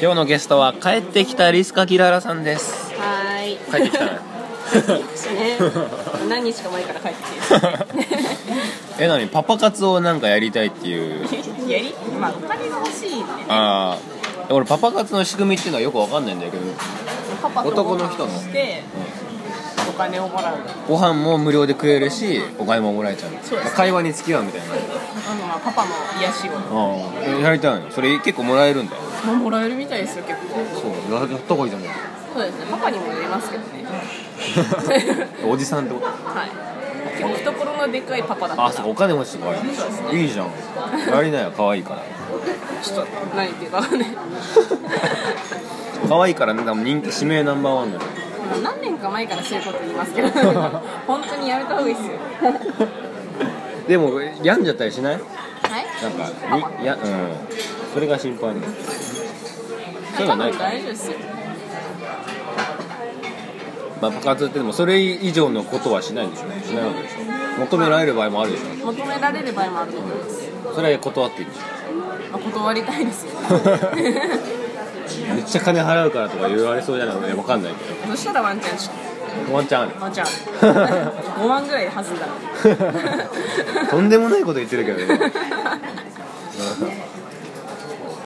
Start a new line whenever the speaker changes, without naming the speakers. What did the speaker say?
今日のゲストは帰ってきたリスカキララさんです
はーい。
帰ってきたね
ですね。何日か前から帰ってきてる。
えなにパパ活をなんかやりたいっていう
やり、まあお金が欲しいんでね。
ああ俺パパ活の仕組みっていうのはよくわかんないんだけど
パパと
男の人の
ご飯してお金をもらう。
ご飯も無料で食えるしお金ももらえちゃう
そうです
会話に付き合うみたいな
あのまあパパの癒しを。
ああやりたいのそれ結構もらえるんだよ
まあもらえるみたいですよ結構。
そうやった方がいいじゃない
そうですね。パパにもよりますけどね。
おじさんってこと
はい。結構懐のでかいパパだから。
あそうお金持ちとか
そうです
いいじゃんやりなよ可愛いから
ちょっと何言っていうか ね。
可愛いからね多分人気指名ナンバーワンだよ
まあ何年か前からしてること言いますけ ど、本当にやめた方がいいですよ。
でも病んじゃったりしない
はい。
なんかにいやうんそれが心配ねそういうのはない
多分
か
大丈夫ですよ。
まあ爆発ってでもそれ以上のことはしないんでしょしないわけでしょ求められる場合もあるでし
求められる場合もあると思います。
ょそれは断っていいでしょ
まあ断りたいですよ。
めっちゃ金払うからとか言われそうじゃないのねわかんないけ
そしたらワンちゃんし
どワンチ ャンある
ワンちゃん 5万ぐらいで弾んだら
とんでもないこと言ってるけどね